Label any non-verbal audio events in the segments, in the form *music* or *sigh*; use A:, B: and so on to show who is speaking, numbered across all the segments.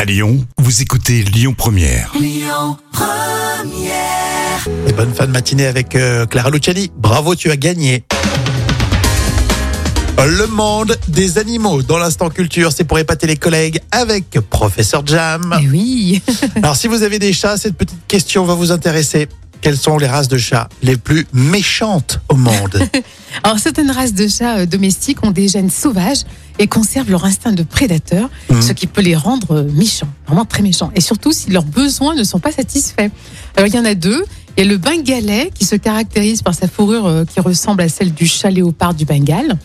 A: À Lyon, vous écoutez Lyon Première.
B: Et bonne fin de matinée avec euh, Clara Luciani. Bravo, tu as gagné. Le monde des animaux dans l'instant culture, c'est pour épater les collègues avec Professeur Jam. *laughs*
C: Mais oui. *laughs*
B: Alors si vous avez des chats, cette petite question va vous intéresser. Quelles sont les races de chats les plus méchantes au monde *laughs*
C: Alors certaines races de chats euh, domestiques ont des gènes sauvages et conservent leur instinct de prédateur,
B: Mhm.
C: ce qui peut les rendre euh, méchants, vraiment très méchants. Et surtout si leurs besoins ne sont pas satisfaits. Alors il y en a deux. Il y a le bengalais qui se caractérise par sa fourrure euh, qui ressemble à celle du chat léopard du Bengale.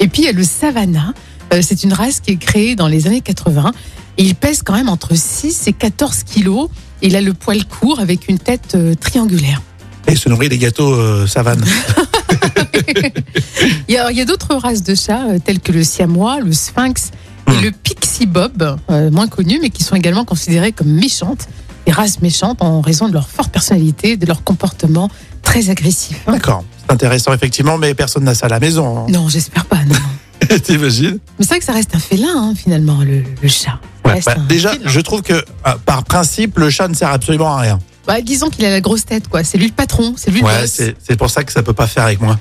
C: Et puis il y a le savannah. Euh, C'est une race qui est créée dans les années 80. Et il pèse quand même entre 6 et 14 kilos. Il a le poil court avec une tête euh, triangulaire.
B: Et se nourrit des gâteaux euh, *laughs* savane.
C: Il y a, il y a d'autres races de chats, euh, telles que le siamois, le sphinx et
B: Mm.
C: le pixie bob, euh, moins connus, mais qui sont également considérées comme méchantes, des races méchantes en raison de leur forte personnalité, de leur comportement très agressif.
B: D'accord, c'est intéressant effectivement, mais personne n'a ça à la maison.
C: Non, j'espère pas, non. *laughs*
B: hein. *laughs* T'imagines
C: Mais c'est vrai que ça reste un félin, hein, finalement, le, le chat. Ça
B: Ouais,
C: reste
B: bah,
C: un
B: Déjà,
C: félin.
B: je trouve que euh, par principe, le chat ne sert absolument à rien.
C: Bah, disons qu'il a la grosse tête, quoi. C'est lui le patron, c'est lui le
B: Ouais,
C: boss.
B: c'est c'est pour ça que ça peut pas faire avec
C: *laughs*
B: moi.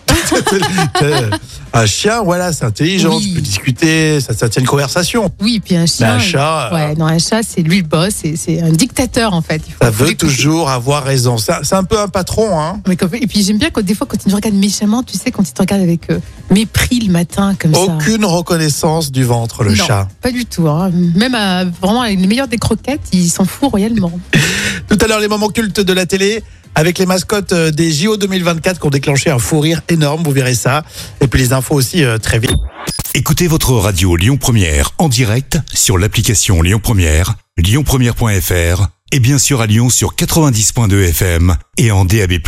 B: Euh, un chien, voilà, c'est intelligent,
C: Oui.
B: tu peux discuter, ça, ça tient une conversation.
C: Oui, puis un
B: Mais
C: chien.
B: bah, un
C: il-
B: chat, euh,
C: Ouais, non, un chat, c'est lui le boss, c'est- c'est un dictateur, en fait. Il faut-
B: ça
C: faut
B: veut
C: l'écouter.
B: toujours avoir raison. C'est un- c'est un peu un patron, hein.
C: Mais quand- et puis j'aime bien que des fois quand ils nous regardent méchamment, tu sais, quand ils te regardent avec euh, mépris le matin comme ça.
B: Aucune reconnaissance du ventre, le
C: Non,
B: chat.
C: Pas du tout. hein. Même à, vraiment à les meilleures des croquettes, ils s'en foutent royalement.
B: Tout à l'heure, les moments cultes de la télé avec les mascottes euh, des JO 2024 qui ont déclenché un fou rire énorme, vous verrez ça. Et puis les infos aussi euh, très vite.
A: Écoutez votre radio Lyon Première en direct sur l'application Lyon Première, lyonpremière.fr et bien sûr à Lyon sur 90.2 FM et en DAB+.